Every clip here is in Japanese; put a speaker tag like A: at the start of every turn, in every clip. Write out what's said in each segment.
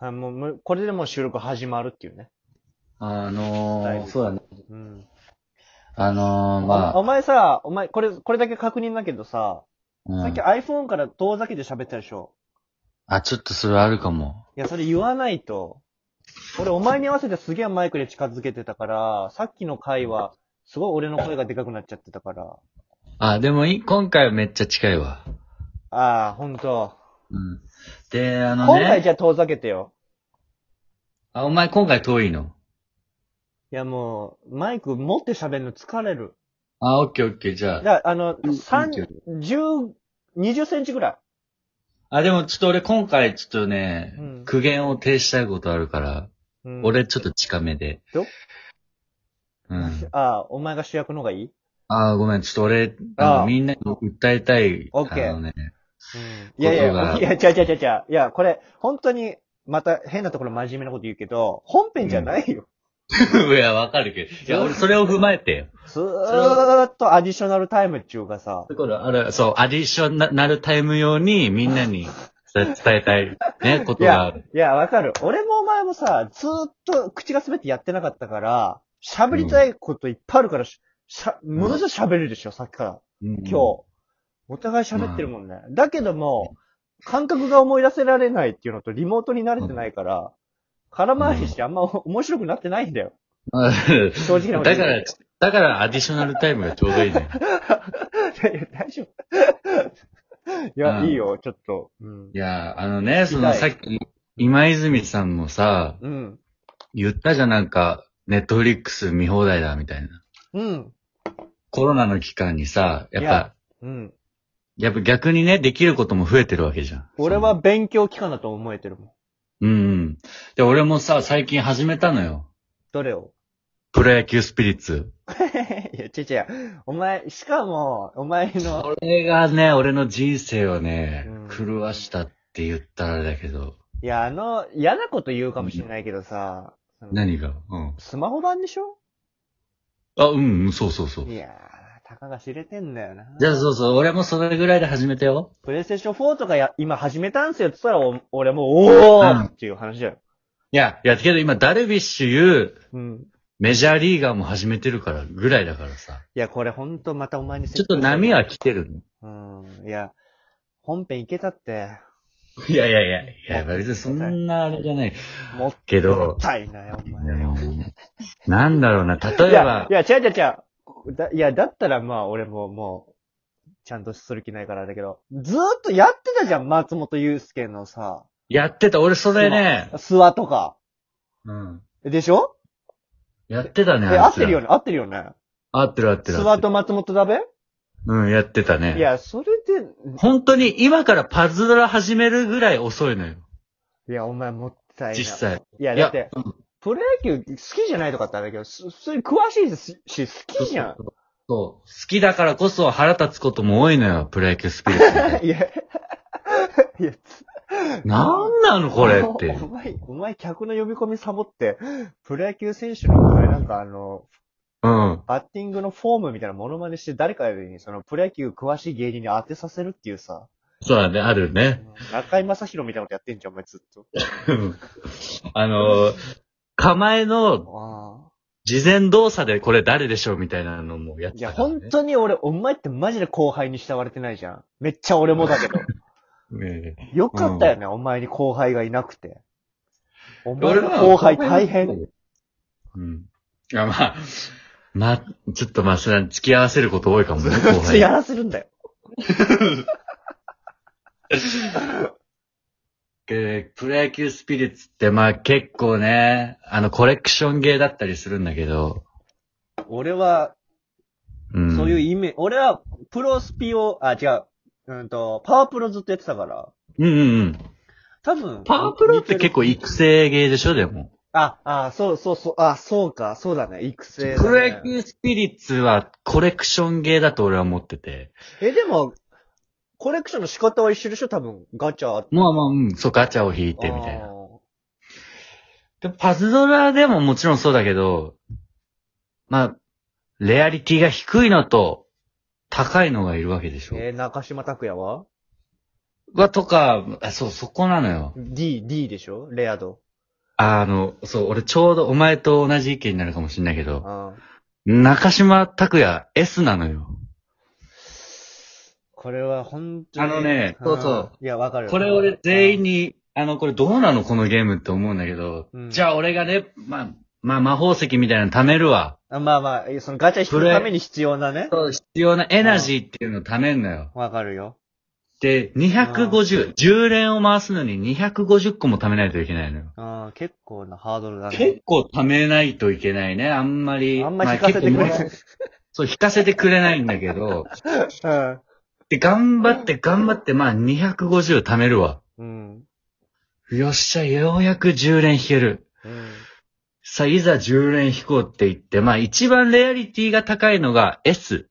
A: あもうむ、これでもう収録始まるっていうね。
B: あ
A: だい
B: のー、
A: ぶ
B: そうだね。
A: うん。
B: あのー、
A: おお
B: まあ、
A: 前さ、お前、これ、これだけ確認だけどさ、
B: うん
A: さっき iPhone から遠ざけて喋ったでしょ。
B: あ、ちょっとそれあるかも。
A: いや、それ言わないと。俺、お前に合わせてすげえマイクで近づけてたから、さっきの回は、すごい俺の声がでかくなっちゃってたから。
B: あ、でもい今回はめっちゃ近いわ。
A: ああ、ほんと。
B: うん。で、あの
A: 今回
B: ね、
A: じゃあ遠ざけてよ。
B: あ、お前今回遠いの
A: いや、もう、マイク持って喋るの疲れる。
B: あ、オッケーオッケー、じゃ
A: だか
B: あ。
A: らあの、
B: うん
A: 三
B: いいけ
A: 十、二十センチぐらい。
B: あ、でもちょっと俺今回ちょっとね、
A: うん
B: 苦言を呈したいことあるから、
A: うん、
B: 俺ちょっと近めで。
A: ど
B: うん。
A: ああ、お前が主役の方がいい、
B: あー、ごめん、ちょっと俺、あ
A: あ
B: の、みんなに訴えたい、あ
A: オッケー
B: のね、
A: いやい
B: こと
A: や、
B: が
A: いや、ちゃうちゃうちゃうちゃう。いや、これ、本当に、また変なところ真面目なこと言うけど、本編じゃないよ。
B: いや、わかるけど。いや、俺、それを踏まえてよ。
A: ずーっとアディショナルタイムっていうかさ。
B: ところ、あれ、そう、アディショナルタイム用に、みんなに伝えたい、ね、ことがある。
A: いや、わかる。俺もお前もさ、ずーっと口が滑ってやってなかったから、喋りたいこといっぱいあるから、ししゃ、ものすごい喋れるでしょ、さっきから。
B: 今
A: 今日。お互い喋ってるもんね。だけども、感覚が思い出せられないっていうのと、リモートに慣れてないから、空回りしてあんまお面白くなってないんだよ。正直なこと言
B: だ
A: う
B: から、だから、アディショナルタイムがちょうどいいね。
A: いや大丈夫。いや、
B: うん
A: いいよ、ちょっと。うん
B: い。や、あのね、その、
A: 痛
B: さ
A: い
B: っき、今泉さんもさ、
A: うん。
B: 言ったじゃん、なんか、ネットフリックス見放題だ、みたいな。
A: うん。
B: コロナの期間にさ、やっ
A: いや
B: ぱ、
A: うん。
B: やっぱ逆にね、できることも増えてるわけじゃん。
A: 俺は、勉強期間だと思えてるもん。
B: うんうん。で、俺もさ、最近始めたのよ。
A: どれを
B: プロ野球スピリッツ。
A: いや、ちいちゃお前、しかも、お前の、
B: これがね、俺の人生をね
A: うん、
B: 狂わしたって言ったらあれだけど、
A: いや、あの、嫌なこと言うかもしれないけどさ、その
B: 何がうん。
A: スマホ版でしょ
B: あ、うん、うんそうそうそう
A: い。やー、たかが知れてんだよな。
B: じゃあそうそう、俺もそれぐらいで始めたよ。
A: プレイステーション4とかや、今始めたんすよって言ったら、お俺もう、おーっていう話だよ。
B: いや、いや、けど今、ダルビッシュ有、
A: うん。
B: メジャーリーガーも始めてるから、ぐらいだからさ。
A: いや、これほんとまたお前に
B: ちょっと波
A: は。
B: は来てるの。
A: うん。いや、本編いけた って、
B: いやいやいや、いや、別にそんなあれじゃない。
A: もっ
B: けど、
A: たいない、お
B: で
A: 前。
B: もなんだろうな、例
A: い
B: え
A: や
B: ば、、
A: いや、違う違う違う。だいや、だったらまあ、俺ももう、ちゃんとする気ないからあれだけど、ずーっとやってたじゃん、松本祐介のさ、
B: やってた、俺それね、
A: 諏訪とか。
B: うん。
A: でしょ
B: やってたね、
A: え、
B: あ
A: 合
B: い
A: っ
B: つ
A: て
B: ら
A: るよね、合ってるよね。
B: 合ってる合ってる。
A: 諏訪と松本だべ
B: うん、やってたね。
A: いや、それで、
B: 本当に今からパズドラ始めるぐらい遅いのよ。
A: いや、お前もったいない。
B: 実際。
A: いや、
B: いや
A: だって、プロ野球好きじゃないとかってあれだけど、す普通に詳しいですし、好きじゃん。
B: そう。好きだからこそ腹立つことも多いのよ、プロ野球スピ リッツ
A: いや、いや、つ
B: なんなのこれっ
A: お
B: て
A: お。前、お前客の呼び込みサボって、プロ野球選手のお前なんかあの、
B: うん。
A: バッティングのフォームみたいなモノマネして誰かにそのプロ野球詳しい芸人に当てさせるっていう さ、
B: そうだね、あるね。
A: 中井正宏みたいなことやってんじゃん、お前ずっと。
B: うんあのー、構えの
A: ああ。
B: 事前動作でこれ誰でしょうみたいなのもやっ
A: い
B: て
A: や、
B: たから、ね。
A: 本当に俺、お前ってマジで後輩に慕われてないじゃん。めっちゃ俺もだ けど。
B: ねえ
A: よかったよね、お前に後輩がいなくて。お前
B: 俺
A: の
B: は
A: 後輩大変。。
B: うん。いや、まあ、まあ、ちょっとまあ、それは付き合わせること多いかもね、後
A: 普通
B: 輩。
A: やらせるんだよ。
B: えープロ野球スピリッツって、まあ結構ね、あの、コレクションゲーだったりするんだけど、
A: 俺は、
B: うん。
A: そういうイメージ、俺は、プロスピを、あ、違う、うんと、パワープロずっとやってたから、
B: うんうんうん。
A: 多分。
B: パワープロって結
A: 構。
B: 構育成ゲーでしょ、でも。
A: あ、あ、そうそうそう、あ、そうか、そうだね、育成、ね。
B: プロ野球スピリッツはコレクションゲーだと俺は思ってて。
A: え、でも、コレクションの仕方は一緒でしょ多分、ガチャあっ
B: まあまあ、うん、そう、ガチャを引いてみたい
A: あ
B: な。
A: ー
B: でパズドラでももちろんそうだけど、まあ、レアリティが低いのと、高いのがいるわけでしょ。
A: えー中島拓也は
B: はとか、あそう、そこなのよ。
A: D、D でしょレア度。
B: あの、そう、俺ちょうどお前と同じ意見になるかもしれないけど、
A: うん。
B: 中島拓也 S なのよ。
A: これは本当に。
B: あのね
A: ん
B: そうそう。
A: いや、わかる。
B: これ俺全員に、あの、これどうなのこのゲームって思うんだけど、
A: うん
B: じゃあ俺がね、まあ、まあ魔法石みたいなの貯めるわ。
A: あ。まあまあ、そのガチャ引くために必要なね。
B: 必要なエナジーっていうのを貯めんのよ。
A: わかるよ。
B: で、250、10連を回すのに250個も貯めないといけないのよ。
A: うん、結構なハードルだね。
B: 結構貯めないといけないね。あんまり。
A: あんまり引かせてくれ
B: まあ
A: な
B: 結構
A: い。
B: そう、引かせてくれないんだけど。
A: うん。
B: で、頑張って頑張って、まあ250貯めるわ。
A: うん。
B: よっしゃ、ようやく10連引ける。
A: うん。
B: さあ、いざ10連引こうって言って、まあ一番レアリティが高いのが S。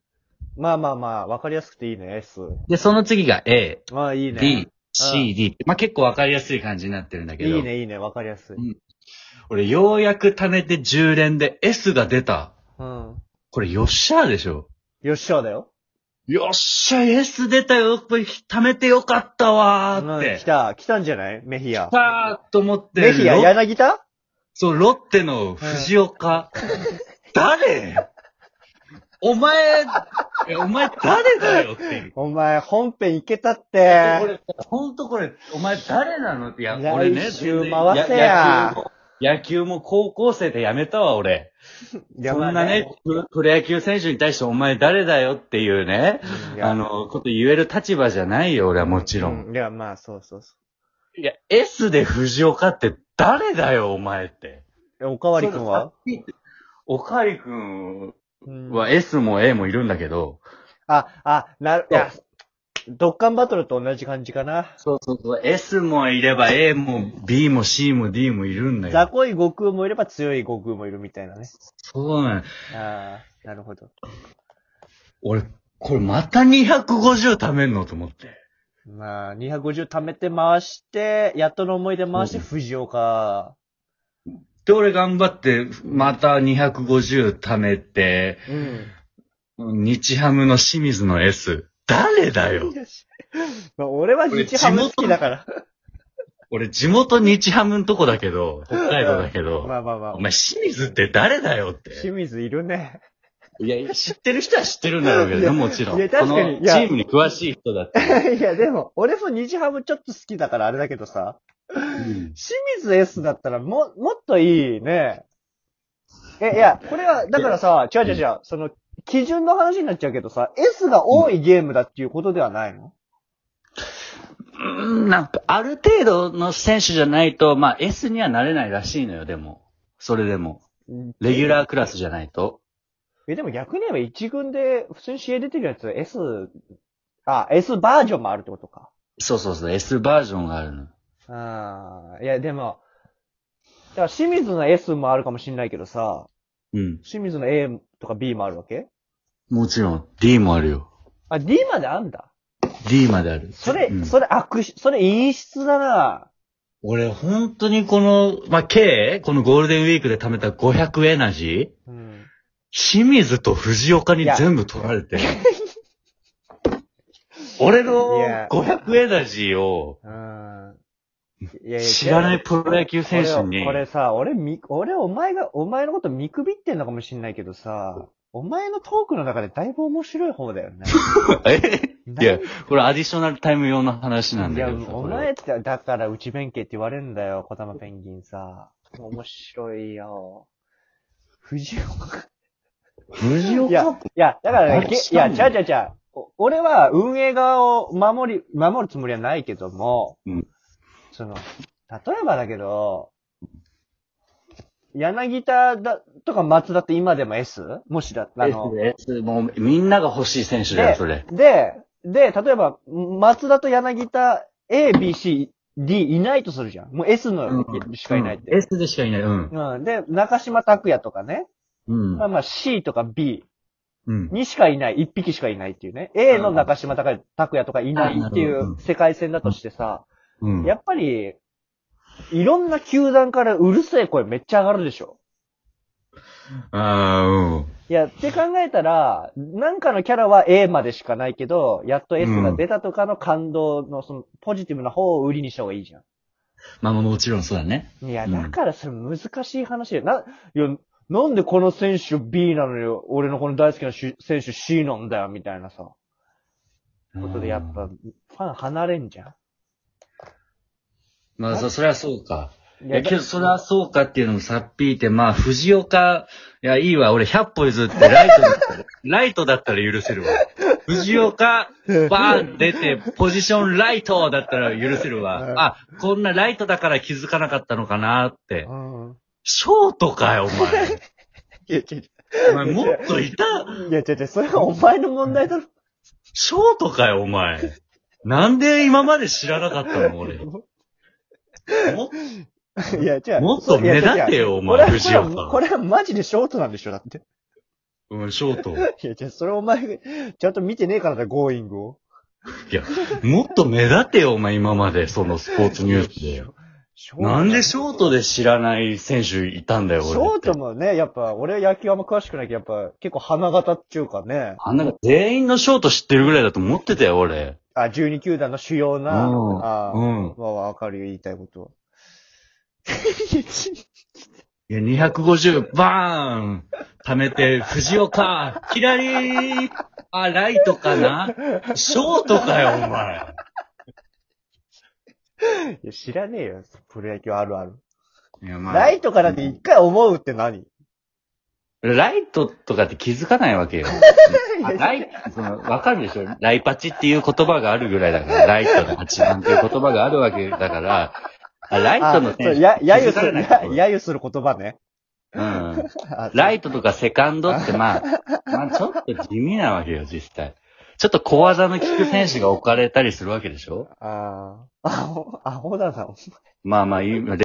A: まあまあまあ、わかりやすくていいね、S。
B: で、その次が A、
A: まあいいね。
B: D、C、D。まあ結構わかりやすい感じになってるんだけど。
A: いいね、いいね、わかりやすい。
B: うん俺、ようやく貯めて10連で S が出た。
A: うん。
B: これ、よっしゃーでしょ
A: よっしゃーだよ。
B: よっしゃー、S 出たよ。これ、貯めてよかったわーっ
A: うん
B: て。
A: 来た、来たんじゃないメヒア。
B: さーと思って。
A: メヒア、
B: ロッ
A: 柳田
B: そう、ロッテの藤岡。 誰お前、えお前誰だよっていう。
A: お前、本編いけたって。
B: これ、ほんとこれ、お前誰なのって、いや、
A: 来
B: 俺ね、
A: 週
B: 全然
A: 回せや
B: 野球も野球も高校生でやめたわ、俺。
A: いや
B: そんなね、、ププロ野球選手に対してお前誰だよっていうね、
A: まあね
B: あ、の、こと言える立場じゃないよ、俺はも
A: い
B: ち
A: や
B: ろ。
A: うんん。いや、まあ、そうそうそ
B: いや、S で藤岡って誰だよ、お前って。
A: う。えおかわりくんは
B: おかわりくん
A: うん
B: は S も A もいるんだけど、
A: あ、あ、なる、いや、ドッカンバトルと同じ感じかな。
B: そうそうそう、S もいれば A も B も C も D もいるんだ
A: 雑
B: よ。
A: 魚い悟空もいれば強い悟空もいるみたいなね。
B: そうなん
A: ああ、なるほど。
B: 俺、これまた250貯めんのと思って。
A: まあ、250貯めて回して、やっとの思い出回して
B: うん
A: 藤岡。
B: で、俺頑張って、また250貯めて、
A: うん。
B: 日ハムの清水の S。誰だよ
A: まあ、俺は日ハム好きだから。
B: 俺地元日ハムんとこだけど、北海道だけ
A: ま
B: ど、
A: あまあまあ
B: お。前清水って誰だよって。
A: 清水いるね。
B: いやいや、知ってる人は知ってるんだろうけど
A: いや
B: ね、もちろん。
A: いや確かに
B: こ
A: い
B: のチ
A: や
B: ームに詳しい人だって。
A: いや、でも、俺も日ハムちょっと好きだからあれだけどさ、清水 S だったらも、もっといいね。え、いや、これは、だからさ、違う違う違う、その、基準の話になっちゃうけどさ、S が多いゲームだっていうことではないの、
B: うん、なんか、ある程度の選手じゃないと、まあ S にはなれないらしいのよ、でも。それでも。レギュラークラスじゃないと。
A: え、でも逆に言えば一軍で普通に試合出てるやつ S、あ、S バージョンもあるってことか。
B: そうそうそう、S バージョンがあるの。
A: ああ、いやでも、だから清水の S もあるかもしれないけどさ、
B: うん。
A: 清水の A とか B もあるわけ
B: もちろん、D もあるよ。
A: あ、D まであんだ。
B: D まである。
A: それ、
B: うん
A: それ悪し、それ陰湿だな。
B: 俺、本当にこの、まあ、計、このゴールデンウィークで貯めた500エナジー、
A: うん。
B: 清水と藤岡に全部取ら れて、俺の
A: いや
B: 500エナジーを
A: うん。いやいや
B: 知らないプロ野球選手
A: こ
B: に
A: れ、これさ、俺み、俺、お前が、お前のこと見くびってんのかもしれないけどさ、お前のトークの中でだいぶ面白い方だよね。
B: え いや
A: 何、
B: これアディショナルタイム用の話なん
A: い
B: だ
A: や、
B: けどさ、
A: お
B: これ
A: 前って、だから内弁慶って言われるんだよ、小玉ペンギンさ。面白いよ。藤岡。
B: 藤
A: いや
B: 岡、
A: いや、だからね、
B: あ
A: げい
B: した
A: や、
B: の
A: ちゃうちゃうちゃう。お俺は運営側を守り、守るつもりはないけども、
B: うん
A: その、例えばだけど、柳田だ、とか松田って今でも S? もしだ、あの、
B: S、S、もうみんなが欲しい選手だよ、それ。
A: で、で、例えば、松田と柳田、A、B、C、D いないとするじゃん。もう S のしかいないって。
B: うん S でしかいない。うん。
A: うん。で、中島拓也とかね。
B: うん
A: まあ。まあ C とか B
B: うん。
A: にしかいない。1匹しかいないっていうね。A の中島拓也拓也とかいないってい
B: うん
A: う世界線だとしてさ、
B: うん
A: やっぱり、いろんな球団からうるせえ声めっちゃ上がるでしょ。
B: ああ、うん。
A: いや、って考えたら、なんかのキャラは A までしかないけど、やっと S が出たとかの感動の、その、ポジティブな方を売りにした方がいいじゃん。
B: まあもちろんそうだね。
A: いや、
B: うん
A: だからそれ難しい話よ。な、いや、なんでこの選手 B なのに、俺のこの大好きなし選手 C なんだよ、みたいなさ。ことで、やっぱ、。ファン離れんじゃ
B: まあそ、それはそうか。
A: ん。
B: いや、けど、
A: だ
B: それはそうかっていうのもさっぴいて、まあ、藤岡、いや、いいわ、俺100歩譲って、ライト だったら、ライトだったら許せるわ。藤岡、バーン出て、ポジションライトだったら許せる
A: うん
B: わ。あ、こんなライトだから気づかなかったのかなって。
A: うん。
B: ショートかよ、お
A: いや、違う
B: 前。お前、もっといた、
A: 違ういや、違う違う、それはお前の問題だろ。
B: ショートかよ、お前。なんで今まで知らなかったの、俺。も
A: いや、違う。
B: もっと目立てよ、お前、藤
A: これは、こ
B: 岡。
A: れはマジでショートなんでしょ、だって。
B: うん、ショート。
A: いや、じゃあそれお前、ちゃんと見てねえからだ、ゴーイングを。
B: いや、もっと目立てよ、お前、今まで、そのスポーツニュースで。
A: ショート
B: なんでショートで知らない選手いたんだよ、
A: シ
B: 俺。
A: ョートもね、やっぱ、俺野球あんま詳しくないけど、やっぱ、結構花形っていうかね、
B: あんな全員のショート知ってるぐらいだと思ってたよ、俺。
A: あ、12球団の主要
B: う
A: な、
B: ん。
A: あ
B: うん。
A: まあ、わかるよ、言いたいことは。
B: いや、250、バーン貯めて、藤岡、左あ、ライトかなショートかよ、お前。
A: いや知らねえよ、プロ野球あるある。
B: いや、まあ、
A: ライトからって一回思うって何
B: ライトとかって気づかないわけ よ。あライその、わかるでしょライパチっていう言葉があるぐらいだから、ライトの8番っていう言葉があるわけだから、あライ
A: あ
B: トの
A: そう
B: 選手
A: や、やゆす
B: 気づか
A: る、
B: ない
A: や、揶揄する言葉ね。
B: うん。
A: あ
B: ライトとかセカンドってまあ、まあちょっと地味なわけよ、実際。ちょっと小技の効く選手が置かれたりするわけでしょ
A: あー、アホ、アホだな、
B: まあまあ、今